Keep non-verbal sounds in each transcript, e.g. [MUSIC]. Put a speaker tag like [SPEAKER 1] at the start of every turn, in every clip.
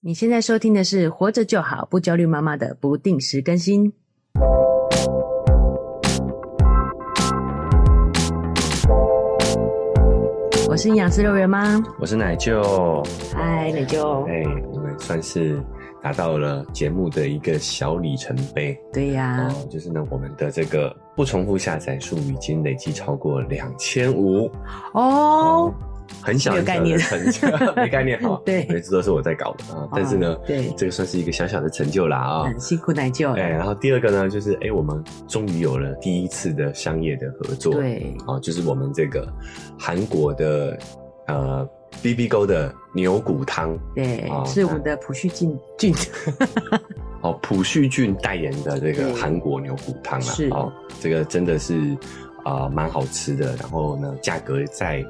[SPEAKER 1] 你现在收听的是《活着就好不焦虑妈妈》的不定时更新。我是营养师肉圆妈，
[SPEAKER 2] 我是奶舅，
[SPEAKER 1] 嗨，那就
[SPEAKER 2] 哎，我们算是达到了节目的一个小里程碑
[SPEAKER 1] 对呀、
[SPEAKER 2] 哦，就是呢，我们的这个不重复下载数已经累计超过两千五
[SPEAKER 1] 哦，，
[SPEAKER 2] 很小
[SPEAKER 1] 没有
[SPEAKER 2] 很
[SPEAKER 1] 概
[SPEAKER 2] 小的
[SPEAKER 1] 念，
[SPEAKER 2] 成就， [LAUGHS] 没概念哈
[SPEAKER 1] [LAUGHS] 对哦
[SPEAKER 2] 每次都是我在搞的啊，但是呢，
[SPEAKER 1] 对
[SPEAKER 2] 这个算是一个小小的成就啦啊，
[SPEAKER 1] 很辛苦奶舅了，
[SPEAKER 2] 哎，然后第二个呢，就是哎，我们终于有了第一次的商业的合作，
[SPEAKER 1] 对，
[SPEAKER 2] 啊，就是我们这个韩国的呃 B B 勾的牛骨汤。
[SPEAKER 1] 对，
[SPEAKER 2] 哦
[SPEAKER 1] 是我们的朴叙俊俊，
[SPEAKER 2] 哦，朴叙俊代言的
[SPEAKER 1] 对
[SPEAKER 2] 这个韩国牛骨汤啊
[SPEAKER 1] 是，
[SPEAKER 2] 哦，这个真的是啊蛮、好吃的，然后呢，价格在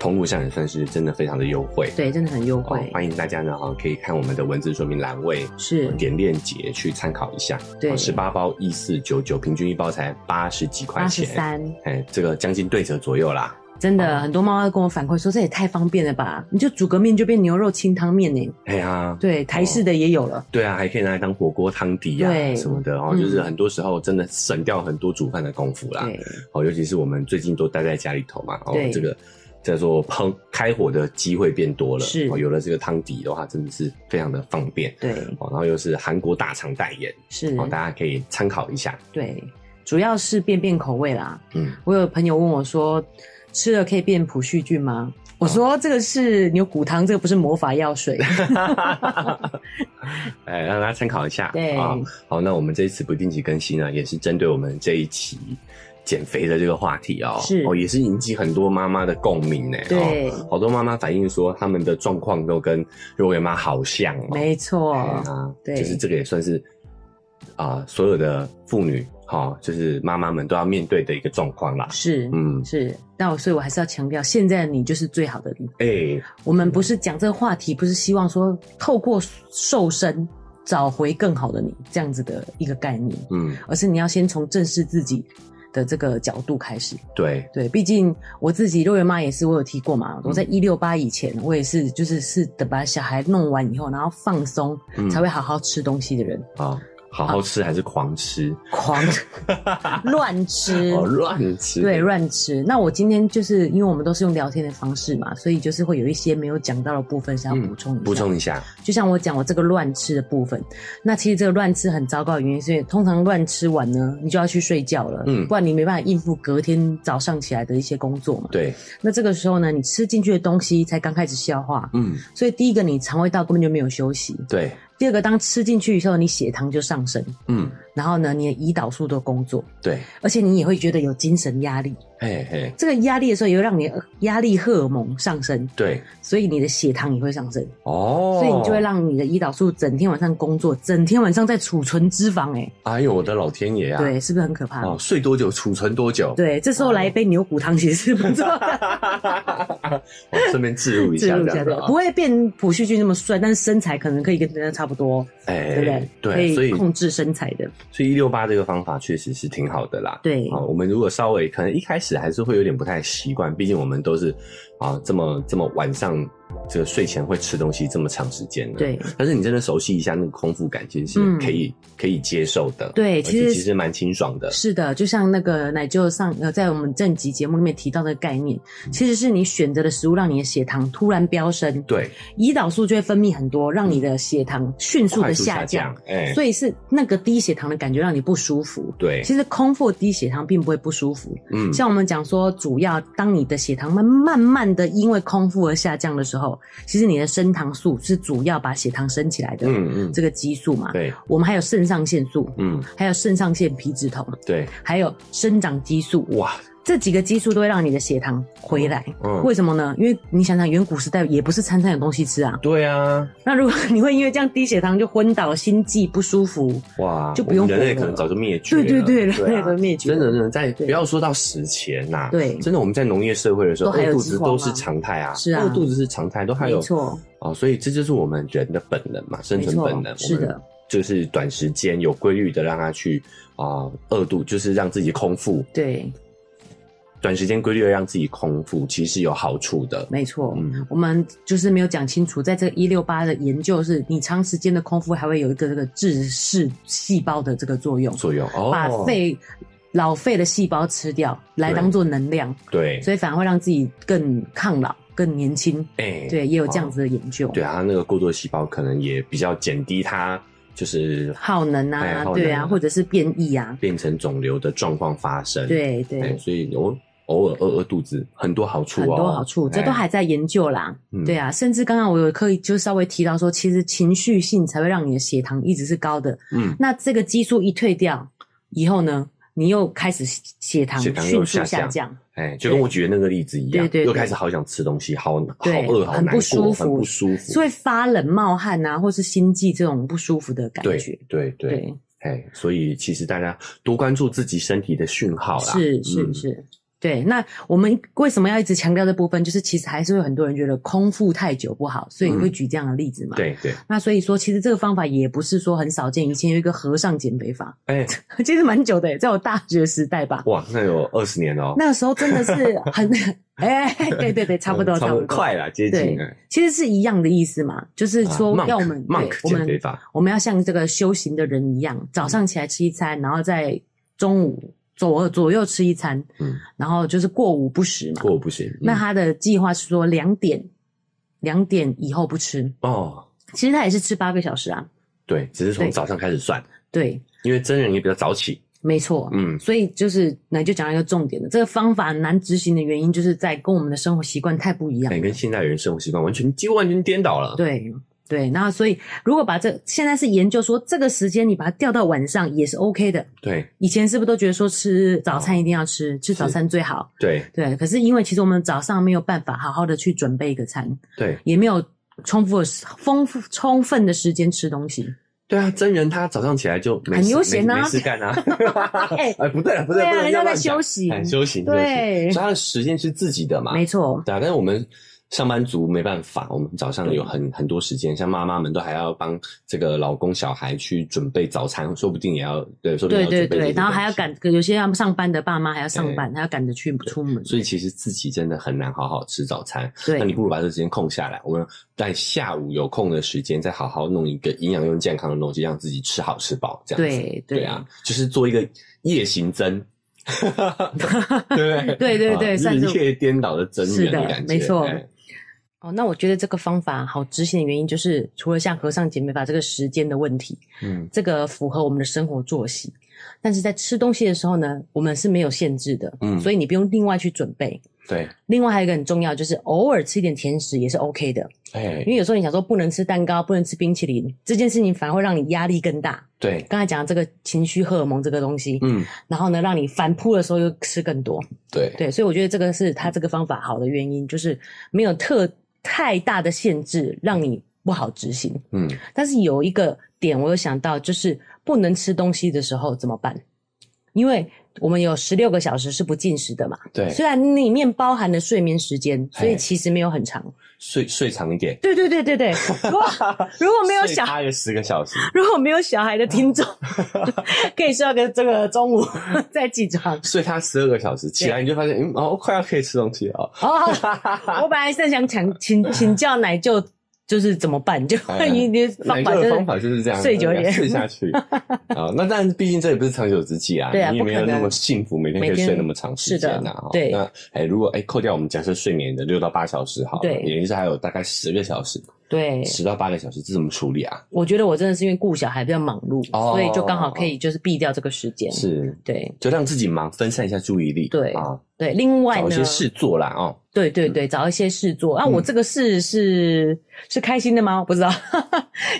[SPEAKER 2] 通路上也算是真的非常的优惠。
[SPEAKER 1] [LAUGHS] 对，真的很优
[SPEAKER 2] 哦
[SPEAKER 1] 惠，，
[SPEAKER 2] 欢迎大家呢，哈，可以看我们的文字说明栏位
[SPEAKER 1] 是
[SPEAKER 2] 点链接去参考一下。哦
[SPEAKER 1] 对
[SPEAKER 2] 十八包一四九九，平均一包才八十几块
[SPEAKER 1] 八十
[SPEAKER 2] 钱，
[SPEAKER 1] 三，
[SPEAKER 2] 哎，这个将近对折左右啦。
[SPEAKER 1] 真的、
[SPEAKER 2] 哦
[SPEAKER 1] 很多妈妈跟我反馈说，这也太方便了吧，你就煮个面就变牛肉清汤面呢，
[SPEAKER 2] 哎呀，
[SPEAKER 1] 对，台式的也有了，
[SPEAKER 2] 对啊，还可以拿来当火锅汤底呀、
[SPEAKER 1] 对
[SPEAKER 2] 什么的，然、后
[SPEAKER 1] 嗯
[SPEAKER 2] 就是很多时候真的省掉很多煮饭的功夫啦。
[SPEAKER 1] 对，
[SPEAKER 2] 哦，尤其是我们最近都待在家里头嘛，哦
[SPEAKER 1] 对，
[SPEAKER 2] 这个叫做烹开火的机会变多了，
[SPEAKER 1] 是
[SPEAKER 2] 哦，有了这个汤底的话，真的是非常的方便
[SPEAKER 1] 对，
[SPEAKER 2] 哦。然后又是韩国大厂代言，
[SPEAKER 1] 是，
[SPEAKER 2] 哦，大家可以参考一下，
[SPEAKER 1] 对，主要是变变口味啦。 [LAUGHS]
[SPEAKER 2] 嗯，
[SPEAKER 1] 我有朋友问我说，吃了可以变朴叙俊吗？我
[SPEAKER 2] 哦
[SPEAKER 1] 说这个是牛骨汤，这个不是魔法药
[SPEAKER 2] [LAUGHS]
[SPEAKER 1] 水。
[SPEAKER 2] 哎，让大家参考一下，
[SPEAKER 1] 对
[SPEAKER 2] 啊、好，那我们这一次不定期更新啊呢，也是针对我们这一期。减肥的这个话题哦，
[SPEAKER 1] 是
[SPEAKER 2] 哦，也是引起很多妈妈的共鸣呢。哦
[SPEAKER 1] 对，
[SPEAKER 2] 好多妈妈反映说，她们的状况都跟肉圆妈好像哦。
[SPEAKER 1] 没错，
[SPEAKER 2] 对啊，
[SPEAKER 1] 对
[SPEAKER 2] 就是这个也算是啊、所有的妇女哈、就是妈妈们都要面对的一个状况啦。
[SPEAKER 1] 是、
[SPEAKER 2] 嗯，
[SPEAKER 1] 是。但我所以，我还是要强调，现在的你就是最好的你。
[SPEAKER 2] 哎、
[SPEAKER 1] 我们不是讲这个话题，不是希望说透过瘦身找回更好的你这样子的一个概念，
[SPEAKER 2] 嗯，
[SPEAKER 1] 而是你要先从正视自己的这个角度开始。
[SPEAKER 2] 对，
[SPEAKER 1] 对，毕竟我自己肉圆妈也是，我有提过嘛。我在
[SPEAKER 2] 嗯
[SPEAKER 1] 一六八以前，我也是就是是等把小孩弄完以后，然后放松，
[SPEAKER 2] 嗯
[SPEAKER 1] 才会好好吃东西的人，
[SPEAKER 2] 啊、好好吃还是狂吃？ [LAUGHS]
[SPEAKER 1] 狂乱吃。
[SPEAKER 2] 哦，乱吃，
[SPEAKER 1] 啊对，乱吃。那我今天就是因为我们都是用聊天的方式嘛，所以就是会有一些没有讲到的部分是要
[SPEAKER 2] 嗯
[SPEAKER 1] 补充一下。
[SPEAKER 2] 补充一下，
[SPEAKER 1] 就像我讲我这个乱吃的部分，那其实这个乱吃很糟糕的原因是因为，通常乱吃完呢，你就要去睡觉了，
[SPEAKER 2] 嗯
[SPEAKER 1] 不然你没办法应付隔天早上起来的一些工作嘛。
[SPEAKER 2] 对，
[SPEAKER 1] 那这个时候呢，你吃进去的东西才刚开始消化，
[SPEAKER 2] 嗯，
[SPEAKER 1] 所以第一个你肠胃道根本就没有休息。
[SPEAKER 2] 对，
[SPEAKER 1] 第二个，当吃进去以后，你血糖就上升，
[SPEAKER 2] 嗯，
[SPEAKER 1] 然后呢，你的胰岛素都工作，
[SPEAKER 2] 对，
[SPEAKER 1] 而且你也会觉得有精神压力。
[SPEAKER 2] 嘿嘿，
[SPEAKER 1] 这个压力的时候，也会让你的压力荷尔蒙上升，
[SPEAKER 2] 对，
[SPEAKER 1] 所以你的血糖也会上升，
[SPEAKER 2] 哦，
[SPEAKER 1] 所以你就会，让你的胰岛素整天晚上工作，整天晚上在储存脂肪、欸。
[SPEAKER 2] 哎呦，我的老天爷啊！，
[SPEAKER 1] 对，是不是很可怕？
[SPEAKER 2] 哦，睡多久储存多 [LAUGHS] 久？，
[SPEAKER 1] 对，这时候来一杯牛骨汤其实是不错 [LAUGHS] 的。
[SPEAKER 2] 我顺便置哦入一
[SPEAKER 1] 自
[SPEAKER 2] 下
[SPEAKER 1] 入
[SPEAKER 2] 这
[SPEAKER 1] 下
[SPEAKER 2] 样
[SPEAKER 1] 对
[SPEAKER 2] 子，啊
[SPEAKER 1] 不，会变朴叙俊那么帅，但是身材可能可以跟人家差不多，
[SPEAKER 2] 哎
[SPEAKER 1] 对不对？
[SPEAKER 2] 对，
[SPEAKER 1] 可
[SPEAKER 2] 所
[SPEAKER 1] 以
[SPEAKER 2] 以
[SPEAKER 1] 控制身材的，
[SPEAKER 2] 所以一六八这个方法确实是挺好的啦。
[SPEAKER 1] 对
[SPEAKER 2] 啊，我们如果稍微可能一开始还是会有点不太习惯，毕竟我们都是啊这么这么晚上这个睡前会吃东西这么长时间的。。
[SPEAKER 1] 对
[SPEAKER 2] 但是你真的熟悉一下那个空腹感，其实是
[SPEAKER 1] 嗯
[SPEAKER 2] 可以、可以接受的。
[SPEAKER 1] 对
[SPEAKER 2] 而
[SPEAKER 1] 其
[SPEAKER 2] 且
[SPEAKER 1] 实
[SPEAKER 2] 其实蛮清爽的。
[SPEAKER 1] 是的，就像那个奶舅上呃，在我们正集节目里面提到的概念，其实是你选择的食物让你的血糖突然飙升，，
[SPEAKER 2] 对，
[SPEAKER 1] 胰岛素就会分泌很多，让你的血糖迅速
[SPEAKER 2] 快
[SPEAKER 1] 的
[SPEAKER 2] 速
[SPEAKER 1] 下
[SPEAKER 2] 下
[SPEAKER 1] 降，，
[SPEAKER 2] 哎、
[SPEAKER 1] 所以是那个低血糖的感觉让你不舒服。
[SPEAKER 2] 对，
[SPEAKER 1] 其实空腹低血糖并不会不舒服，
[SPEAKER 2] 嗯，
[SPEAKER 1] 像我们讲说，主要当你的血糖慢慢慢的因为空腹而下降的时候，其实你的升糖素是主要把血糖升起来的，
[SPEAKER 2] 嗯嗯，
[SPEAKER 1] 这个激素嘛。
[SPEAKER 2] 对，
[SPEAKER 1] 我们还有肾上腺素，
[SPEAKER 2] 嗯
[SPEAKER 1] 还有肾上腺皮质酮，
[SPEAKER 2] 对，
[SPEAKER 1] 还有生长激素，
[SPEAKER 2] 哇，
[SPEAKER 1] 这几个激素都会让你的血糖回来。
[SPEAKER 2] 嗯，
[SPEAKER 1] 为什么呢？因为你想想，远古时代也不是餐餐有东西吃啊。
[SPEAKER 2] 对啊，
[SPEAKER 1] 那如果你会因为这样低血糖就昏倒、心悸不舒服，
[SPEAKER 2] 哇，
[SPEAKER 1] 就不用
[SPEAKER 2] 我们人类
[SPEAKER 1] 活了
[SPEAKER 2] 可能早就灭绝了，
[SPEAKER 1] 对对对
[SPEAKER 2] 啊
[SPEAKER 1] 人类都灭绝了
[SPEAKER 2] 真的真的在
[SPEAKER 1] 对
[SPEAKER 2] 不要说到史前呐，
[SPEAKER 1] 对
[SPEAKER 2] 真的我们在农业社会的时候，
[SPEAKER 1] 都还有
[SPEAKER 2] 饿肚子
[SPEAKER 1] 饥荒啊
[SPEAKER 2] 都是常态啊，
[SPEAKER 1] 是啊
[SPEAKER 2] 饿肚子是常态，都还有
[SPEAKER 1] 没错，
[SPEAKER 2] 哦，所以这就是我们人的本能嘛，生
[SPEAKER 1] 没
[SPEAKER 2] 存
[SPEAKER 1] 错
[SPEAKER 2] 本能，
[SPEAKER 1] 是的，
[SPEAKER 2] 就是短时间有规律的让它去啊饿肚，就是让自己空腹，
[SPEAKER 1] 对
[SPEAKER 2] 短时间规律的让自己空腹，其实是有好处的。
[SPEAKER 1] 没错，
[SPEAKER 2] 嗯
[SPEAKER 1] 我们就是没有讲清楚，在这个一六八的研究是，你长时间的空腹还会有一个这个致噬细胞的这个作用，
[SPEAKER 2] 作用哦，
[SPEAKER 1] 把肺老肺的细胞吃掉，来
[SPEAKER 2] 对
[SPEAKER 1] 当做能量，
[SPEAKER 2] 对，
[SPEAKER 1] 所以反而会让自己更抗老、更年轻。
[SPEAKER 2] 哎
[SPEAKER 1] 对，也有这样子的研究。
[SPEAKER 2] 对啊，它那个过多的细胞可能也比较减低它就是
[SPEAKER 1] 耗能
[SPEAKER 2] 哎
[SPEAKER 1] 啊，
[SPEAKER 2] 耗能
[SPEAKER 1] 对啊，或者是变异啊，
[SPEAKER 2] 变成肿瘤的状况发生。，
[SPEAKER 1] 对
[SPEAKER 2] 哎，
[SPEAKER 1] 对，
[SPEAKER 2] 所以我偶尔饿饿肚子，很多好处
[SPEAKER 1] 很
[SPEAKER 2] 哦，
[SPEAKER 1] 多好处，这都
[SPEAKER 2] 哎
[SPEAKER 1] 还在研究啦。
[SPEAKER 2] 嗯
[SPEAKER 1] 对啊，甚至刚刚我有刻意就稍微提到说，其实情绪性才会让你的血糖一直是高的。
[SPEAKER 2] 嗯，
[SPEAKER 1] 那这个激素一退掉以后呢，你又开始血糖
[SPEAKER 2] 血糖又
[SPEAKER 1] 迅速
[SPEAKER 2] 下降
[SPEAKER 1] 下降，
[SPEAKER 2] 哎，就跟我举的那个例子一样，
[SPEAKER 1] 对对对
[SPEAKER 2] 又开始好想吃东西，好好
[SPEAKER 1] 对
[SPEAKER 2] 饿，好
[SPEAKER 1] 很
[SPEAKER 2] 难
[SPEAKER 1] 不
[SPEAKER 2] 过，
[SPEAKER 1] 舒
[SPEAKER 2] 很不
[SPEAKER 1] 服
[SPEAKER 2] 舒服。
[SPEAKER 1] 是会发冷、冒汗啊，或是心悸这种不舒服的感
[SPEAKER 2] 对
[SPEAKER 1] 觉。
[SPEAKER 2] 对对，
[SPEAKER 1] 对，
[SPEAKER 2] 哎，所以其实大家多关注自己身体的讯号啦。
[SPEAKER 1] 是是
[SPEAKER 2] 嗯，
[SPEAKER 1] 是。对，那我们为什么要一直强调这部分？就是其实还是会有很多人觉得空腹太久不好，所以会举这样的例子嘛。
[SPEAKER 2] 嗯对对，
[SPEAKER 1] 那所以说，其实这个方法也不是说很少见。以前有一个和尚减肥法，
[SPEAKER 2] 哎，
[SPEAKER 1] 其实蛮久的耶，在我大学时代吧。
[SPEAKER 2] 哇，那有二十年哦，
[SPEAKER 1] 那个时候真的是很， [LAUGHS] 哎、对对对，差不多，
[SPEAKER 2] 嗯
[SPEAKER 1] 差不多。
[SPEAKER 2] 快啦，接近
[SPEAKER 1] 对
[SPEAKER 2] 了。，
[SPEAKER 1] 其实是一样的意思嘛，就是说
[SPEAKER 2] 啊，monk-
[SPEAKER 1] 要我们、对
[SPEAKER 2] monk
[SPEAKER 1] 我
[SPEAKER 2] 减肥
[SPEAKER 1] 们
[SPEAKER 2] 法，
[SPEAKER 1] 我们要像这个修行的人一样，早上起来吃一餐，然后在中午左左右吃一餐，
[SPEAKER 2] 嗯，
[SPEAKER 1] 然后就是过午不食嘛。
[SPEAKER 2] 过不行。
[SPEAKER 1] 那
[SPEAKER 2] 嗯
[SPEAKER 1] 他的计划是说两点，两点以后不吃，
[SPEAKER 2] 哦，
[SPEAKER 1] 其实他也是吃八个小时啊。
[SPEAKER 2] 对，只是从
[SPEAKER 1] 对
[SPEAKER 2] 早上开始算，
[SPEAKER 1] 对，
[SPEAKER 2] 因为真人也比较早起。
[SPEAKER 1] 没错，
[SPEAKER 2] 嗯，
[SPEAKER 1] 所以就是，那就讲到一个重点的，这个方法难执行的原因，就是在跟我们的生活习惯太不一样
[SPEAKER 2] 哎，
[SPEAKER 1] 了。
[SPEAKER 2] 跟现代人生活习惯完全几乎完全颠倒了。
[SPEAKER 1] 对对，然后所以如果把这现在是研究说，这个时间你把它调到晚上也是 OK 的。
[SPEAKER 2] 对
[SPEAKER 1] 以前是不是都觉得说吃早餐一定要
[SPEAKER 2] 哦
[SPEAKER 1] 吃，吃早餐最好？
[SPEAKER 2] 对
[SPEAKER 1] 对，可是因为其实我们早上没有办法好好的去准备一个餐，
[SPEAKER 2] 对
[SPEAKER 1] 也没有充富的时丰富充分的时间吃东西。
[SPEAKER 2] 对啊，真人他早上起来就没
[SPEAKER 1] 很
[SPEAKER 2] 事
[SPEAKER 1] 悠闲
[SPEAKER 2] 没
[SPEAKER 1] 啊
[SPEAKER 2] 没事干啊。
[SPEAKER 1] [LAUGHS] 哎
[SPEAKER 2] 哎， [LAUGHS] 不对了，不对，
[SPEAKER 1] 对啊
[SPEAKER 2] 不能
[SPEAKER 1] 人家在
[SPEAKER 2] 乱讲
[SPEAKER 1] 休息
[SPEAKER 2] 哎休息，休息
[SPEAKER 1] 对
[SPEAKER 2] 所以他的时间是自己的嘛，
[SPEAKER 1] 没错，
[SPEAKER 2] 对啊，但是我们上班族没办法，我们早上有很很多时间，像妈妈们都还要帮这个老公小孩去准备早餐，说不定也要对，说不
[SPEAKER 1] 对
[SPEAKER 2] 定也要
[SPEAKER 1] 对
[SPEAKER 2] 准备这
[SPEAKER 1] 对，
[SPEAKER 2] 些
[SPEAKER 1] 然后
[SPEAKER 2] 东
[SPEAKER 1] 还要
[SPEAKER 2] 西。
[SPEAKER 1] 赶，有些要上班的爸妈还要上
[SPEAKER 2] 哎
[SPEAKER 1] 班，还要赶着去出门。
[SPEAKER 2] 所以其实自己真的很难好好吃早餐，那你
[SPEAKER 1] 对
[SPEAKER 2] 不如把这时间空下来，我们在下午有空的时间再好好弄一个营养又健康的东西，让自己吃好吃饱，这样子。
[SPEAKER 1] 对
[SPEAKER 2] 对啊，就是做一个夜行
[SPEAKER 1] [LAUGHS]
[SPEAKER 2] 针，对不对？
[SPEAKER 1] 对对对
[SPEAKER 2] 啊
[SPEAKER 1] 算
[SPEAKER 2] 日
[SPEAKER 1] 是
[SPEAKER 2] 夜颠倒的真
[SPEAKER 1] 是
[SPEAKER 2] 人
[SPEAKER 1] 的
[SPEAKER 2] 感觉，
[SPEAKER 1] 没错
[SPEAKER 2] 哎
[SPEAKER 1] 哦，那我觉得这个方法好执行的原因，就是除了像和尚姐妹把这个时间的问题，
[SPEAKER 2] 嗯，
[SPEAKER 1] 这个符合我们的生活作息，但是在吃东西的时候呢，我们是没有限制的，
[SPEAKER 2] 嗯
[SPEAKER 1] 所以你不用另外去准备。
[SPEAKER 2] 对，
[SPEAKER 1] 另外还有一个很重要，就是偶尔吃一点甜食也是 OK 的，
[SPEAKER 2] 哎
[SPEAKER 1] 因，为有时候你想说不能吃蛋糕，不能吃冰淇淋，这件事情反而会让你压力更大。
[SPEAKER 2] 对，
[SPEAKER 1] 刚才讲的这个情绪荷尔蒙这个东西，
[SPEAKER 2] 嗯，
[SPEAKER 1] 然后呢，让你反扑的时候又吃更多，
[SPEAKER 2] 对。
[SPEAKER 1] 对，所以我觉得这个是他这个方法好的原因，就是没有特太大的限制，让你不好执行。
[SPEAKER 2] 嗯，
[SPEAKER 1] 但是有一个点，我有想到，就是不能吃东西的时候怎么办？因为我们有十六个小时是不进食的嘛，
[SPEAKER 2] 对，
[SPEAKER 1] 虽然里面包含了睡眠时间，所
[SPEAKER 2] 哎
[SPEAKER 1] 以其实没有很长。
[SPEAKER 2] 睡睡长一点。
[SPEAKER 1] 对对对对
[SPEAKER 2] [LAUGHS]
[SPEAKER 1] 对，如果如果没有
[SPEAKER 2] 睡
[SPEAKER 1] 小
[SPEAKER 2] 大约十个小时，
[SPEAKER 1] 如果没有小孩的听
[SPEAKER 2] [LAUGHS]
[SPEAKER 1] 众，可以睡到个这个中午 [LAUGHS] 再起床。
[SPEAKER 2] 睡他十二个小时，起来你就发现，嗯，哦，快要可以吃东西了。
[SPEAKER 1] 哦，我本来是想请请请教奶舅，就是怎么办？就
[SPEAKER 2] 哎
[SPEAKER 1] 你你的
[SPEAKER 2] 奶
[SPEAKER 1] 方法
[SPEAKER 2] 舅
[SPEAKER 1] 就
[SPEAKER 2] 的
[SPEAKER 1] 是
[SPEAKER 2] 方法就是这样，
[SPEAKER 1] 睡久一点 [LAUGHS]
[SPEAKER 2] 睡下去。啊，那但毕竟这也不是长久之计啊，
[SPEAKER 1] 对啊
[SPEAKER 2] 你也
[SPEAKER 1] 不
[SPEAKER 2] 没
[SPEAKER 1] 可
[SPEAKER 2] 有那
[SPEAKER 1] 能
[SPEAKER 2] 么幸福，每天可以
[SPEAKER 1] 每天
[SPEAKER 2] 睡那么长时间
[SPEAKER 1] 是
[SPEAKER 2] 呐、
[SPEAKER 1] 的
[SPEAKER 2] 啊。哦
[SPEAKER 1] 对
[SPEAKER 2] 那哎、如果哎、扣掉我们假设睡眠的六到八小时好了，
[SPEAKER 1] 对
[SPEAKER 2] 也就是还有大概十个小时，
[SPEAKER 1] 对。
[SPEAKER 2] 十到八个小时，这怎么处理啊？
[SPEAKER 1] 我觉得我真的是因为顾小孩比较忙碌，
[SPEAKER 2] 哦
[SPEAKER 1] 所以就刚好可以就是避掉这个时间。
[SPEAKER 2] 是，
[SPEAKER 1] 对
[SPEAKER 2] 就让自己忙，分散一下注意力，
[SPEAKER 1] 对
[SPEAKER 2] 啊，
[SPEAKER 1] 对，另外
[SPEAKER 2] 找一
[SPEAKER 1] 呢
[SPEAKER 2] 些，事嗯做啦，哦，
[SPEAKER 1] 对对对，找一些事做。啊，我这个事是是开心的吗？我不知道， [LAUGHS]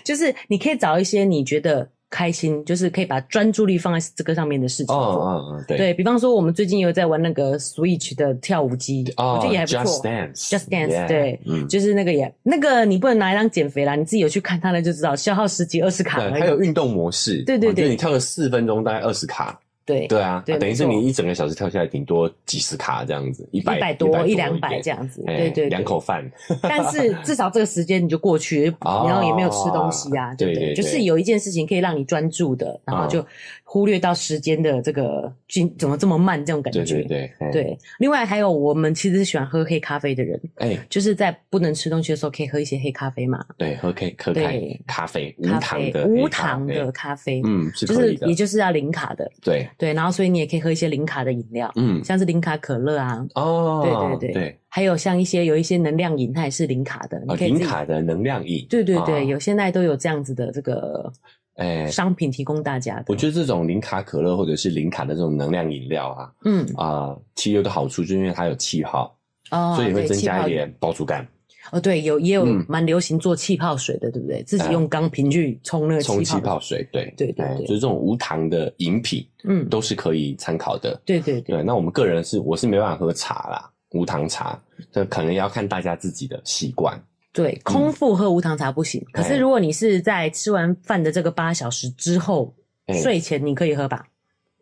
[SPEAKER 1] 就是你可以找一些你觉得开心，就是可以把专注力放在这个上面的事情
[SPEAKER 2] 哦
[SPEAKER 1] 做。
[SPEAKER 2] 哦哦，对，
[SPEAKER 1] 对比方说，我们最近有在玩那个 Switch 的跳舞机，
[SPEAKER 2] 哦，
[SPEAKER 1] 我觉得也还不
[SPEAKER 2] Just
[SPEAKER 1] 错。
[SPEAKER 2] Dance。
[SPEAKER 1] Just Dance，
[SPEAKER 2] Yeah，
[SPEAKER 1] 对
[SPEAKER 2] 嗯，
[SPEAKER 1] 就是那个也那个你不能拿来当减肥啦，你自己有去看它的就知道，消耗十几二十卡
[SPEAKER 2] 对，
[SPEAKER 1] 而
[SPEAKER 2] 还
[SPEAKER 1] 已。
[SPEAKER 2] 有运动模式，
[SPEAKER 1] 对对
[SPEAKER 2] 哦就
[SPEAKER 1] 对
[SPEAKER 2] 你跳个四分钟，大概二十卡，
[SPEAKER 1] 对，
[SPEAKER 2] 对啊，
[SPEAKER 1] 对
[SPEAKER 2] 啊等于
[SPEAKER 1] 没
[SPEAKER 2] 是
[SPEAKER 1] 错
[SPEAKER 2] 你一整个小时跳下来，顶多几十卡这样子，一百
[SPEAKER 1] 一百多
[SPEAKER 2] 一
[SPEAKER 1] 一两百这
[SPEAKER 2] 样，
[SPEAKER 1] 样子，
[SPEAKER 2] 哎
[SPEAKER 1] 对对
[SPEAKER 2] 两口。饭，
[SPEAKER 1] 对 [LAUGHS] 但是至少这个时间你就过去，
[SPEAKER 2] 哦
[SPEAKER 1] 然后也没有吃东西啊，对不
[SPEAKER 2] 对对对嗯
[SPEAKER 1] 就是有一件事情可以让你专注的，然后就忽略到时间的这个进怎么这么慢这种感觉。
[SPEAKER 2] 对对对，哎，
[SPEAKER 1] 对另外还有我们其实是喜欢喝黑咖啡的人，
[SPEAKER 2] 哎，
[SPEAKER 1] 就是在不能吃东西的时候可以喝一些黑咖啡嘛，
[SPEAKER 2] 对，喝 K 喝开
[SPEAKER 1] 对
[SPEAKER 2] 咖啡，无
[SPEAKER 1] 咖
[SPEAKER 2] 糖
[SPEAKER 1] 啡
[SPEAKER 2] 的，
[SPEAKER 1] 无
[SPEAKER 2] 黑咖
[SPEAKER 1] 糖
[SPEAKER 2] 啡
[SPEAKER 1] 的，咖啡，
[SPEAKER 2] 嗯，是
[SPEAKER 1] 就
[SPEAKER 2] 可
[SPEAKER 1] 是
[SPEAKER 2] 以的
[SPEAKER 1] 也，就是要零卡的，
[SPEAKER 2] 对，
[SPEAKER 1] 对，然后所以你也可以喝一些零卡的饮料，
[SPEAKER 2] 嗯，
[SPEAKER 1] 像是零卡可乐啊，
[SPEAKER 2] 哦，
[SPEAKER 1] 对对
[SPEAKER 2] 对，
[SPEAKER 1] 还有像一些有一些能量饮，它也是零卡的，
[SPEAKER 2] 啊，
[SPEAKER 1] 你可以
[SPEAKER 2] 零
[SPEAKER 1] 自己。
[SPEAKER 2] 卡的能量饮，
[SPEAKER 1] 对对对，
[SPEAKER 2] 啊
[SPEAKER 1] 有现在都有这样子的这个
[SPEAKER 2] 哎
[SPEAKER 1] 商品提供大家的。
[SPEAKER 2] 我觉得这种零卡可乐或者是零卡的这种能量饮料啊，
[SPEAKER 1] 嗯
[SPEAKER 2] 啊、其实有的好处就是因为它有气泡，
[SPEAKER 1] 哦，
[SPEAKER 2] 所以会
[SPEAKER 1] 对
[SPEAKER 2] 增
[SPEAKER 1] 气
[SPEAKER 2] 加
[SPEAKER 1] 泡
[SPEAKER 2] 一点饱足感。
[SPEAKER 1] 哦，对，有也有
[SPEAKER 2] 嗯
[SPEAKER 1] 蛮流行做气泡水的，对不对？自己
[SPEAKER 2] 哎
[SPEAKER 1] 用钢瓶去冲那个
[SPEAKER 2] 冲
[SPEAKER 1] 气
[SPEAKER 2] 气
[SPEAKER 1] 泡。
[SPEAKER 2] 泡水，对
[SPEAKER 1] 对对
[SPEAKER 2] 哎
[SPEAKER 1] 对
[SPEAKER 2] 就是这种无糖的饮品
[SPEAKER 1] 嗯，
[SPEAKER 2] 都是可以参考的。
[SPEAKER 1] 对对对
[SPEAKER 2] 对，那我们个人是我是没办法喝茶啦，无糖茶，这可能要看大家自己的习惯。
[SPEAKER 1] 对，空腹喝无糖茶不行。可
[SPEAKER 2] 嗯哎
[SPEAKER 1] 是如果你是在吃完饭的这个八小时之后，
[SPEAKER 2] 哎
[SPEAKER 1] 睡前你可以喝吧？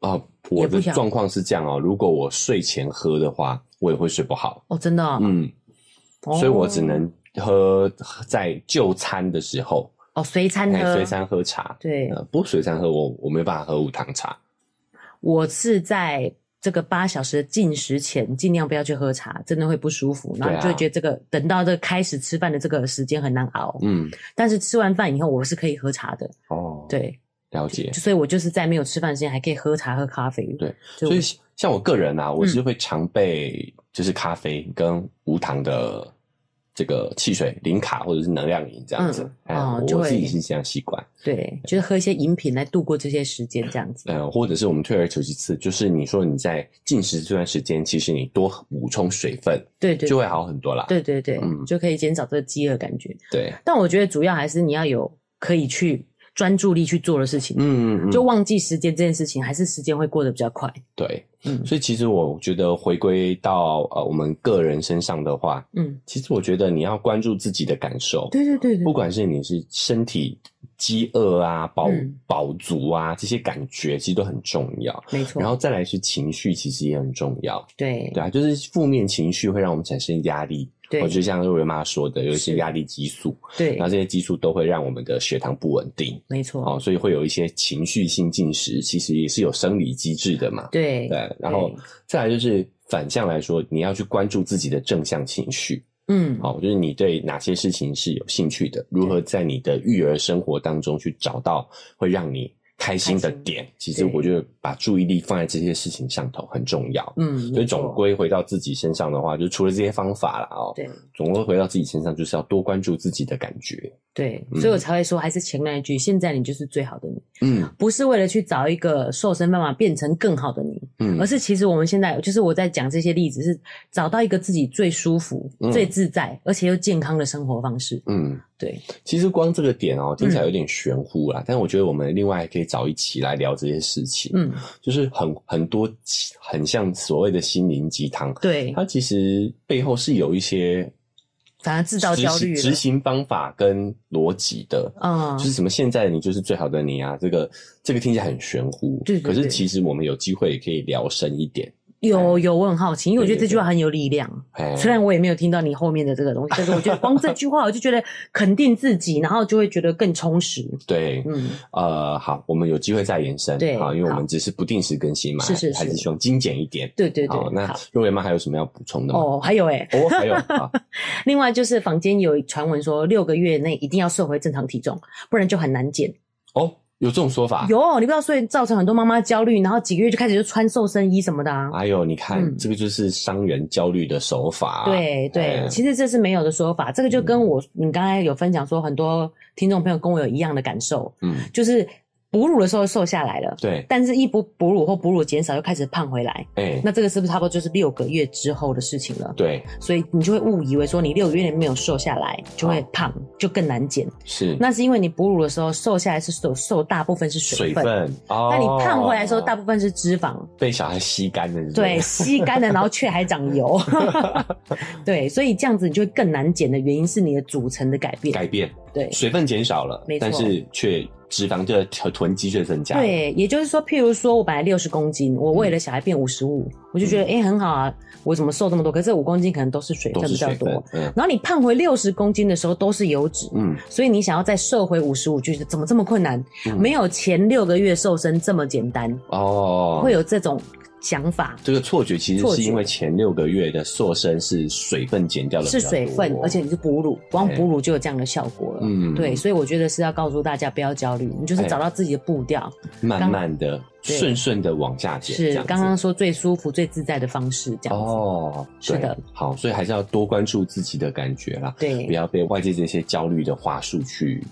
[SPEAKER 2] 哦，
[SPEAKER 1] 也
[SPEAKER 2] 我
[SPEAKER 1] 不
[SPEAKER 2] 的
[SPEAKER 1] 想
[SPEAKER 2] 状况是这样哦，如果我睡前喝的话，我也会睡不好。
[SPEAKER 1] 哦，真的哦，
[SPEAKER 2] 嗯，
[SPEAKER 1] 哦
[SPEAKER 2] 所以我只能喝在就餐的时候，
[SPEAKER 1] 哦随餐
[SPEAKER 2] 哎
[SPEAKER 1] 喝，
[SPEAKER 2] 随餐喝茶。
[SPEAKER 1] 对，
[SPEAKER 2] 呃，不过水餐喝我我没办法喝无糖茶
[SPEAKER 1] 我是在这个八小时的进食前，尽量不要去喝茶，真的会不舒服。然后
[SPEAKER 2] 对啊
[SPEAKER 1] 你就会觉得这个、等到这个开始吃饭的这个时间很难熬。
[SPEAKER 2] 嗯，
[SPEAKER 1] 但是吃完饭以后，我是可以喝茶的。
[SPEAKER 2] 哦，，
[SPEAKER 1] 对，
[SPEAKER 2] 了解
[SPEAKER 1] 就。所以我就是在没有吃饭之前还可以喝茶喝咖啡。
[SPEAKER 2] 对，
[SPEAKER 1] 就
[SPEAKER 2] 所以像像我个人啊，我
[SPEAKER 1] 嗯
[SPEAKER 2] 是会常备就是咖啡跟无糖的这个汽水、零卡或者是能量饮这样子
[SPEAKER 1] 嗯。
[SPEAKER 2] 哎
[SPEAKER 1] 哦就
[SPEAKER 2] 我
[SPEAKER 1] 会
[SPEAKER 2] 自己是这样习惯。
[SPEAKER 1] 对，就是喝一些饮品来度过这些时间，这样子。
[SPEAKER 2] 呃，或者是我们退而求其次，就是你说你在进食这段时间，其实你多补充水分
[SPEAKER 1] 对对
[SPEAKER 2] 就会好很多啦。
[SPEAKER 1] 对对对，
[SPEAKER 2] 嗯
[SPEAKER 1] 就可以减少这个饥饿感觉。
[SPEAKER 2] 对，
[SPEAKER 1] 但我觉得主要还是你要有可以去专注力去做的事情，
[SPEAKER 2] 嗯，嗯嗯
[SPEAKER 1] 就忘记时间这件事情，还是时间会过得比较快。
[SPEAKER 2] 对。
[SPEAKER 1] 嗯
[SPEAKER 2] 所以其实我觉得回归到呃我们个人身上的话，
[SPEAKER 1] 嗯，
[SPEAKER 2] 其实我觉得你要关注自己的感受，
[SPEAKER 1] 对对对对
[SPEAKER 2] 不管是你是身体饥饿啊、饱
[SPEAKER 1] 嗯
[SPEAKER 2] 饱足啊这些感觉，其实都很重要。
[SPEAKER 1] 没错，
[SPEAKER 2] 然后再来是情绪，其实也很重要。
[SPEAKER 1] 对
[SPEAKER 2] 对啊，就是负面情绪会让我们产生压力，
[SPEAKER 1] 对
[SPEAKER 2] 我就像瑞瑞妈说的，有一些
[SPEAKER 1] 是
[SPEAKER 2] 压力激素，
[SPEAKER 1] 对
[SPEAKER 2] 然后这些激素都会让我们的血糖不稳定，
[SPEAKER 1] 没错，
[SPEAKER 2] 哦，所以会有一些情绪性进食，其实也是有生理机制的嘛。
[SPEAKER 1] 对
[SPEAKER 2] 对，然后再来就是反向来说，你要去关注自己的正向情绪。
[SPEAKER 1] 嗯，
[SPEAKER 2] 好，哦就是你对哪些事情是有兴趣的，如何在你的育儿生活当中去找到会让你开心的
[SPEAKER 1] 开心
[SPEAKER 2] 点。其实
[SPEAKER 1] 对
[SPEAKER 2] 我觉得把注意力放在这些事情上头很重要。
[SPEAKER 1] 嗯，
[SPEAKER 2] 所以
[SPEAKER 1] 没错
[SPEAKER 2] 总归回到自己身上的话，就除了这些方法啦哦，
[SPEAKER 1] 对
[SPEAKER 2] 总归回到自己身上，就是要多关注自己的感觉。
[SPEAKER 1] 对，
[SPEAKER 2] 嗯
[SPEAKER 1] 所以我才会说，还是前面那一句，现在你就是最好的你，
[SPEAKER 2] 嗯
[SPEAKER 1] 不是为了去找一个瘦身方法变成更好的你，
[SPEAKER 2] 嗯
[SPEAKER 1] 而是其实我们现在就是我在讲这些例子，是找到一个自己最舒服、
[SPEAKER 2] 嗯
[SPEAKER 1] 最自在，而且又健康的生活方式。
[SPEAKER 2] 嗯，
[SPEAKER 1] 对，
[SPEAKER 2] 其实光这个点哦，
[SPEAKER 1] 嗯
[SPEAKER 2] 听起来有点玄乎啦，但是我觉得我们另外还可以找一期来聊这些事情。
[SPEAKER 1] 嗯，
[SPEAKER 2] 就是很很多很像所谓的心灵鸡汤，
[SPEAKER 1] 对，
[SPEAKER 2] 它其实背后是有一些
[SPEAKER 1] 反而制造焦虑
[SPEAKER 2] 执行
[SPEAKER 1] 了
[SPEAKER 2] 执。行方法跟逻辑的。
[SPEAKER 1] 嗯
[SPEAKER 2] 就，是什么现在你就是最好的你啊，这个这个听起来很玄乎，
[SPEAKER 1] 对对
[SPEAKER 2] 可是
[SPEAKER 1] 对
[SPEAKER 2] 其实我们有机会也可以聊深一点，
[SPEAKER 1] 有有，我很好奇，因为我觉得这句话很有力量。
[SPEAKER 2] 哎，
[SPEAKER 1] 虽然我也没有听到你后面的这个东西，但是我觉得光这句话，我就觉得肯定自己，然后就会觉得更充实。
[SPEAKER 2] 对，
[SPEAKER 1] 嗯，
[SPEAKER 2] 呃，好，我们有机会再延伸，
[SPEAKER 1] 对
[SPEAKER 2] 好，因为我
[SPEAKER 1] 好
[SPEAKER 2] 们只是不定时更新嘛，
[SPEAKER 1] 是是
[SPEAKER 2] 还
[SPEAKER 1] 是
[SPEAKER 2] 是希望精简一点，
[SPEAKER 1] 对对对，
[SPEAKER 2] 好，那
[SPEAKER 1] 好
[SPEAKER 2] 若维妈还有什么要补充的吗？
[SPEAKER 1] 哦，还有哎、
[SPEAKER 2] 哦，还有啊，
[SPEAKER 1] 另外就是坊间有传闻说，六个月内一定要瘦回正常体重，不然就很难减。
[SPEAKER 2] 哦，有这种说法，
[SPEAKER 1] 有，你不知道，所以造成很多妈妈焦虑，然后几个月就开始就穿瘦身衣什么的啊。
[SPEAKER 2] 哎呦，你看、
[SPEAKER 1] 嗯
[SPEAKER 2] 这个就是商人焦虑的手法。
[SPEAKER 1] 对对，
[SPEAKER 2] 哎嗯
[SPEAKER 1] 其实这是没有的说法，这个就跟我、你刚才有分享说，很多听众朋友跟我有一样的感受，
[SPEAKER 2] 嗯，
[SPEAKER 1] 就是哺乳的时候瘦下来了，
[SPEAKER 2] 对，
[SPEAKER 1] 但是一不哺乳或哺乳减少又开始胖回来，
[SPEAKER 2] 哎，
[SPEAKER 1] 那这个是不是差不多就是六个月之后的事情了？
[SPEAKER 2] 对，
[SPEAKER 1] 所以你就会误以为说你六个月内没有瘦下来就
[SPEAKER 2] 哦
[SPEAKER 1] 会胖，就更难减。
[SPEAKER 2] 是
[SPEAKER 1] 那是因为你哺乳的时候瘦下来是瘦瘦大部分是水
[SPEAKER 2] 水
[SPEAKER 1] 分，
[SPEAKER 2] 分哦。
[SPEAKER 1] 那你胖回来的时候大部分是脂肪，
[SPEAKER 2] 被小孩吸干的，
[SPEAKER 1] 对，
[SPEAKER 2] 是
[SPEAKER 1] 吸干了，然后却还长
[SPEAKER 2] [LAUGHS]
[SPEAKER 1] 油，对，所以这样子你就会更难减的原因是你的组成的改
[SPEAKER 2] 不是改
[SPEAKER 1] 变，
[SPEAKER 2] 变
[SPEAKER 1] 对
[SPEAKER 2] 水分减少了
[SPEAKER 1] 没，错
[SPEAKER 2] 但是却脂肪就囤囤积就会增加。，
[SPEAKER 1] 对，也就是说，譬如说我本来六十公斤，我为了小孩变五十五，我就觉得哎、诶很好啊，我怎么瘦这么多？可是这五公斤可能都是水分
[SPEAKER 2] 嗯都是
[SPEAKER 1] 比较
[SPEAKER 2] 水
[SPEAKER 1] 多
[SPEAKER 2] 分。。嗯
[SPEAKER 1] 然后你胖回六十公斤的时候都是油脂，
[SPEAKER 2] 嗯，
[SPEAKER 1] 所以你想要再瘦回五十五，就是怎么这么困难？
[SPEAKER 2] 嗯
[SPEAKER 1] 没有前六个月瘦身这么简单，
[SPEAKER 2] 哦，
[SPEAKER 1] 会有这种想法。
[SPEAKER 2] 这个错觉其实
[SPEAKER 1] 错觉
[SPEAKER 2] 是因为前六个月的塑身是水分减掉了，哦
[SPEAKER 1] 是水分，而且你是哺乳，光
[SPEAKER 2] 哎
[SPEAKER 1] 哺乳就有这样的效果了。
[SPEAKER 2] 嗯
[SPEAKER 1] 对，所以我觉得是要告诉大家不要焦虑，你就是
[SPEAKER 2] 哎
[SPEAKER 1] 找到自己的步调，
[SPEAKER 2] 慢慢的
[SPEAKER 1] 对
[SPEAKER 2] 顺顺的往下减，这
[SPEAKER 1] 是
[SPEAKER 2] 样子
[SPEAKER 1] 刚刚说最舒服、最自在的方式，这样子。
[SPEAKER 2] 哦，
[SPEAKER 1] 是
[SPEAKER 2] 对
[SPEAKER 1] 的，
[SPEAKER 2] 好，所以还是要多关注自己的感觉啦，不
[SPEAKER 1] 对
[SPEAKER 2] 要被外界这些焦虑的话术去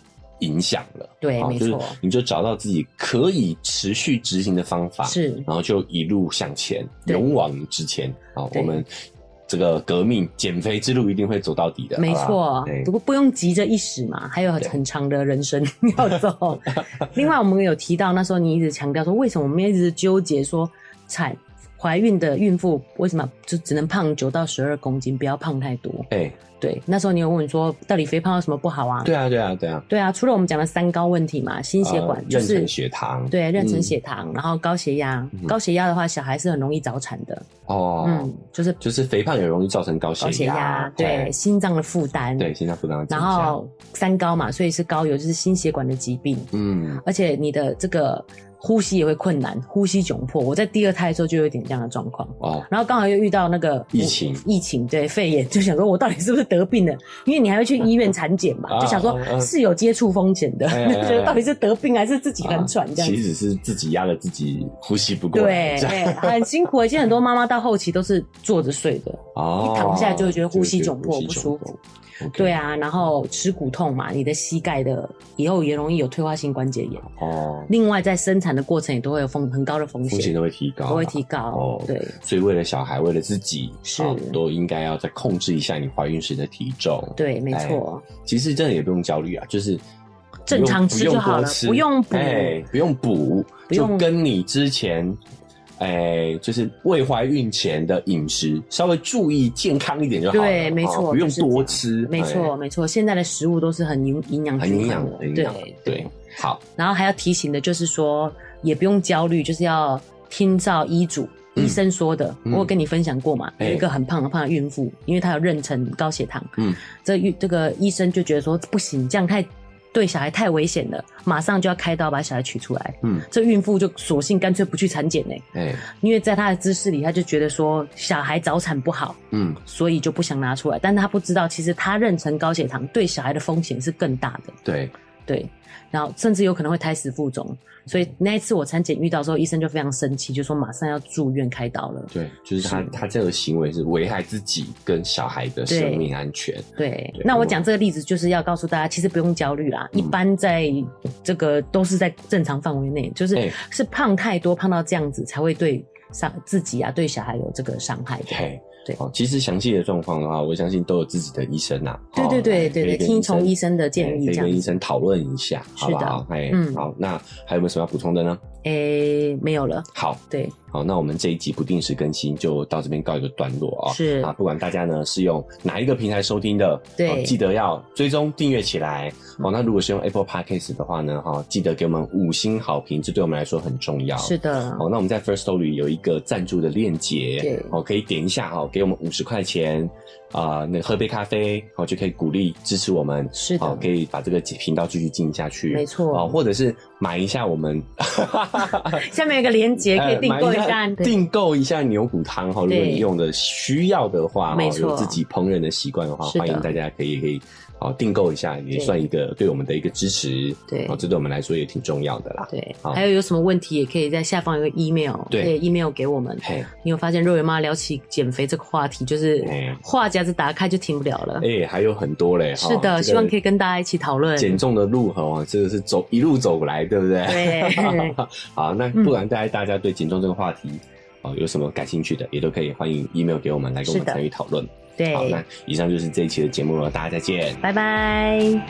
[SPEAKER 2] 影响了。
[SPEAKER 1] 对，
[SPEAKER 2] 好
[SPEAKER 1] 没
[SPEAKER 2] 哦就是
[SPEAKER 1] 错，
[SPEAKER 2] 你就找到自己可以持续执行的方法，
[SPEAKER 1] 是
[SPEAKER 2] 然后就一路向前，
[SPEAKER 1] 对
[SPEAKER 2] 勇往直前。好，
[SPEAKER 1] 对
[SPEAKER 2] 我们这个革命减肥之路一定会走到底的，
[SPEAKER 1] 没
[SPEAKER 2] 好吧哎
[SPEAKER 1] 错
[SPEAKER 2] 对。
[SPEAKER 1] 不过不用急着一时嘛，还有
[SPEAKER 2] 对
[SPEAKER 1] 很长的人生 [LAUGHS] 要
[SPEAKER 2] [LAUGHS]
[SPEAKER 1] 走。另外，我们有提到那时候你一直强调说，为什么我们一直纠结说产怀孕的孕妇为什么就只能胖九到十二公斤，不要胖太多？
[SPEAKER 2] 哎、
[SPEAKER 1] 对，那时候你有问说，到底肥胖有什么不好啊？
[SPEAKER 2] 对啊，对啊，对啊，
[SPEAKER 1] 对啊，除了我们讲的三高问题嘛，心血管、
[SPEAKER 2] 呃
[SPEAKER 1] 就
[SPEAKER 2] 妊
[SPEAKER 1] 是
[SPEAKER 2] 娠血糖，
[SPEAKER 1] 对妊娠
[SPEAKER 2] 嗯
[SPEAKER 1] 血糖，然后高血压。
[SPEAKER 2] 嗯
[SPEAKER 1] 高血压的话，小孩是很容易早产的。
[SPEAKER 2] 哦，
[SPEAKER 1] 嗯，就是
[SPEAKER 2] 就是肥胖也容易造成高
[SPEAKER 1] 高血压，对
[SPEAKER 2] 哎
[SPEAKER 1] 心脏的负担，
[SPEAKER 2] 对，心脏负担会增
[SPEAKER 1] 然
[SPEAKER 2] 加，
[SPEAKER 1] 后三高嘛，所以是高油，就是心血管的疾病，
[SPEAKER 2] 嗯，
[SPEAKER 1] 而且你的这个呼吸也会困难，呼吸窘迫。我在第二胎的时候就有点这样的状况。
[SPEAKER 2] 哦，
[SPEAKER 1] 然后刚好又遇到那个
[SPEAKER 2] 疫情
[SPEAKER 1] 疫情对肺炎，就想说我到底是不是得病了？因为你还会去医院产检嘛，
[SPEAKER 2] 啊
[SPEAKER 1] 就想说
[SPEAKER 2] 啊啊
[SPEAKER 1] 是有接触风险的，
[SPEAKER 2] 哎哎哎
[SPEAKER 1] [LAUGHS]
[SPEAKER 2] 啊
[SPEAKER 1] 所以到底是得病还是自己很喘这样
[SPEAKER 2] 其
[SPEAKER 1] 子？
[SPEAKER 2] 实是自己压了自己呼吸不过
[SPEAKER 1] 对
[SPEAKER 2] 来，，这样
[SPEAKER 1] 对，哎很辛苦。而且很多妈妈到后期都是坐着睡的，
[SPEAKER 2] [LAUGHS] 哦，
[SPEAKER 1] 一躺下来就会觉得呼吸
[SPEAKER 2] 就
[SPEAKER 1] 窘
[SPEAKER 2] 会觉得
[SPEAKER 1] 迫
[SPEAKER 2] 哦呼吸
[SPEAKER 1] 不
[SPEAKER 2] 窘
[SPEAKER 1] 舒服。
[SPEAKER 2] OK
[SPEAKER 1] 对啊，然后耻骨痛嘛，你的膝盖的以后也容易有退化性关节炎。
[SPEAKER 2] 哦，
[SPEAKER 1] 另外，在生产的过程也都会有风很高的风
[SPEAKER 2] 风险
[SPEAKER 1] 险，
[SPEAKER 2] 都会提高，
[SPEAKER 1] 都会提。高。
[SPEAKER 2] 哦
[SPEAKER 1] 对，
[SPEAKER 2] 所以为了小孩，为了自己，
[SPEAKER 1] 是
[SPEAKER 2] 哦都应该要再控制一下你怀孕时的体重。，
[SPEAKER 1] 对，没错，
[SPEAKER 2] 其实真的也不用焦虑啊，就是
[SPEAKER 1] 正常吃
[SPEAKER 2] 不用
[SPEAKER 1] 就好了
[SPEAKER 2] 多吃
[SPEAKER 1] 不用补
[SPEAKER 2] 哎，不用补，
[SPEAKER 1] 不用
[SPEAKER 2] 就跟你之前。哎，就是未怀孕前的饮食，稍微注意健康一点就好了。
[SPEAKER 1] 对没
[SPEAKER 2] 哦
[SPEAKER 1] 错
[SPEAKER 2] 不用
[SPEAKER 1] 就是这样
[SPEAKER 2] 多吃，
[SPEAKER 1] 没
[SPEAKER 2] 哎
[SPEAKER 1] 错，没错。现在的食物都是很营营养
[SPEAKER 2] 很
[SPEAKER 1] 均
[SPEAKER 2] 营
[SPEAKER 1] 衡
[SPEAKER 2] 养
[SPEAKER 1] 的，，
[SPEAKER 2] 很营养
[SPEAKER 1] 对。
[SPEAKER 2] 对，好，
[SPEAKER 1] 然后还要提醒的就是说，也不用焦虑，就是要听照医嘱。
[SPEAKER 2] 嗯
[SPEAKER 1] 医生说的，
[SPEAKER 2] 嗯
[SPEAKER 1] 我有跟你分享过嘛？
[SPEAKER 2] 哎
[SPEAKER 1] 有一个很胖很胖的孕妇，因为她有妊娠高血糖，
[SPEAKER 2] 嗯，
[SPEAKER 1] 这孕这个医生就觉得说不行，这样太对小孩太危险了，马上就要开刀把小孩取出来。
[SPEAKER 2] 嗯，
[SPEAKER 1] 这孕妇就索性干脆不去产检呢、
[SPEAKER 2] 哎，
[SPEAKER 1] 因为在她的知识里，她就觉得说小孩早产不好，
[SPEAKER 2] 嗯，
[SPEAKER 1] 所以就不想拿出来。但她不知道，其实她妊娠高血糖对小孩的风险是更大的。
[SPEAKER 2] 对，
[SPEAKER 1] 对，然后甚至有可能会胎死腹中。所
[SPEAKER 2] 嗯
[SPEAKER 1] 以那一次我产检遇到之后，医生就非常生气，就说马上要住院开刀了。
[SPEAKER 2] 对，就是他
[SPEAKER 1] 是
[SPEAKER 2] 他这个行为是危害自己跟小孩的
[SPEAKER 1] 对
[SPEAKER 2] 生命安全。
[SPEAKER 1] 对
[SPEAKER 2] 对，
[SPEAKER 1] 那我
[SPEAKER 2] 我
[SPEAKER 1] 讲这个例子就是要告诉大家，其实不用焦虑啦，
[SPEAKER 2] 嗯
[SPEAKER 1] 一般在这个都是在正常范围内，就是、
[SPEAKER 2] 哎
[SPEAKER 1] 是胖太多，胖到这样子才会对伤自己啊，对小孩有这个伤害的。
[SPEAKER 2] 嘿，
[SPEAKER 1] 对
[SPEAKER 2] 哦，其实详细的状况的话，我相信都有自己的医生呐。
[SPEAKER 1] 对
[SPEAKER 2] 哦
[SPEAKER 1] 对对
[SPEAKER 2] 哎
[SPEAKER 1] 对
[SPEAKER 2] 可
[SPEAKER 1] 对，
[SPEAKER 2] 以跟
[SPEAKER 1] 听从医
[SPEAKER 2] 医
[SPEAKER 1] 生的建议
[SPEAKER 2] 哎可
[SPEAKER 1] 这
[SPEAKER 2] 以跟
[SPEAKER 1] 样
[SPEAKER 2] 医
[SPEAKER 1] 子。
[SPEAKER 2] 生讨论一下，好不
[SPEAKER 1] 是的
[SPEAKER 2] 好？哎，
[SPEAKER 1] 嗯
[SPEAKER 2] 好，那还有没有什么要补充的呢？
[SPEAKER 1] 诶、没有了，
[SPEAKER 2] 好，
[SPEAKER 1] 对，
[SPEAKER 2] 好，那我们这一集不定时更新就到这边告一个段落啊、
[SPEAKER 1] 是
[SPEAKER 2] 啊，不管大家呢是用哪一个平台收听的，
[SPEAKER 1] 对嗯
[SPEAKER 2] 哦记得要追踪订阅起来。哦，那如果是用 Apple Podcast 的话呢，哈、哦记得给我们五星好评，这对我们来说很重要。
[SPEAKER 1] 是的，
[SPEAKER 2] 哦，那我们在 First Story 有一个赞助的链接
[SPEAKER 1] 对，
[SPEAKER 2] 哦，可以点一下哦，给我们五十块钱啊、那喝杯咖啡，哦，就可以鼓励支持我们，
[SPEAKER 1] 是的
[SPEAKER 2] 哦，可以把这个频道继续进下去，
[SPEAKER 1] 没错
[SPEAKER 2] 哦，或者是买一下
[SPEAKER 1] [LAUGHS]
[SPEAKER 2] 我们，
[SPEAKER 1] 下面有个链接可以
[SPEAKER 2] 呃
[SPEAKER 1] 订购
[SPEAKER 2] 买
[SPEAKER 1] 一
[SPEAKER 2] 一
[SPEAKER 1] 下。
[SPEAKER 2] [LAUGHS]
[SPEAKER 1] 对
[SPEAKER 2] 订购一下牛骨汤哈。如果
[SPEAKER 1] 对
[SPEAKER 2] 你用的需要的话，哈
[SPEAKER 1] 没错
[SPEAKER 2] 有自己烹饪的习惯的话，
[SPEAKER 1] 是的
[SPEAKER 2] 欢迎大家可以可以哦订购一下，也
[SPEAKER 1] 对
[SPEAKER 2] 算一个对我们的一个支持。
[SPEAKER 1] 对啊
[SPEAKER 2] 哦，这对我们来说也挺重要的啦。
[SPEAKER 1] 对，
[SPEAKER 2] 好
[SPEAKER 1] 还有有什么问题也可以在下方有个 email，
[SPEAKER 2] 对
[SPEAKER 1] 可以 email 给我们。
[SPEAKER 2] 嘿，
[SPEAKER 1] 你有发现肉圆妈聊起减肥这个话题，就是
[SPEAKER 2] 哎
[SPEAKER 1] 话匣子打开就停不了了。
[SPEAKER 2] 哎，还有很多嘞。哈
[SPEAKER 1] 是的，希望可以。
[SPEAKER 2] 这个
[SPEAKER 1] 跟大家一起讨论。
[SPEAKER 2] 减重的路哈，哦这个是走一路走来，对不对？
[SPEAKER 1] 对。
[SPEAKER 2] [LAUGHS]
[SPEAKER 1] 嗯
[SPEAKER 2] 好，那不管大家大家对减重这个话题哦有什么感兴趣的，也都可以欢迎 email 给我们来跟
[SPEAKER 1] 是
[SPEAKER 2] 我们
[SPEAKER 1] 的
[SPEAKER 2] 参与讨论。好，
[SPEAKER 1] 对
[SPEAKER 2] 那，以上就是这一期的节目了，大家再见。
[SPEAKER 1] 拜拜。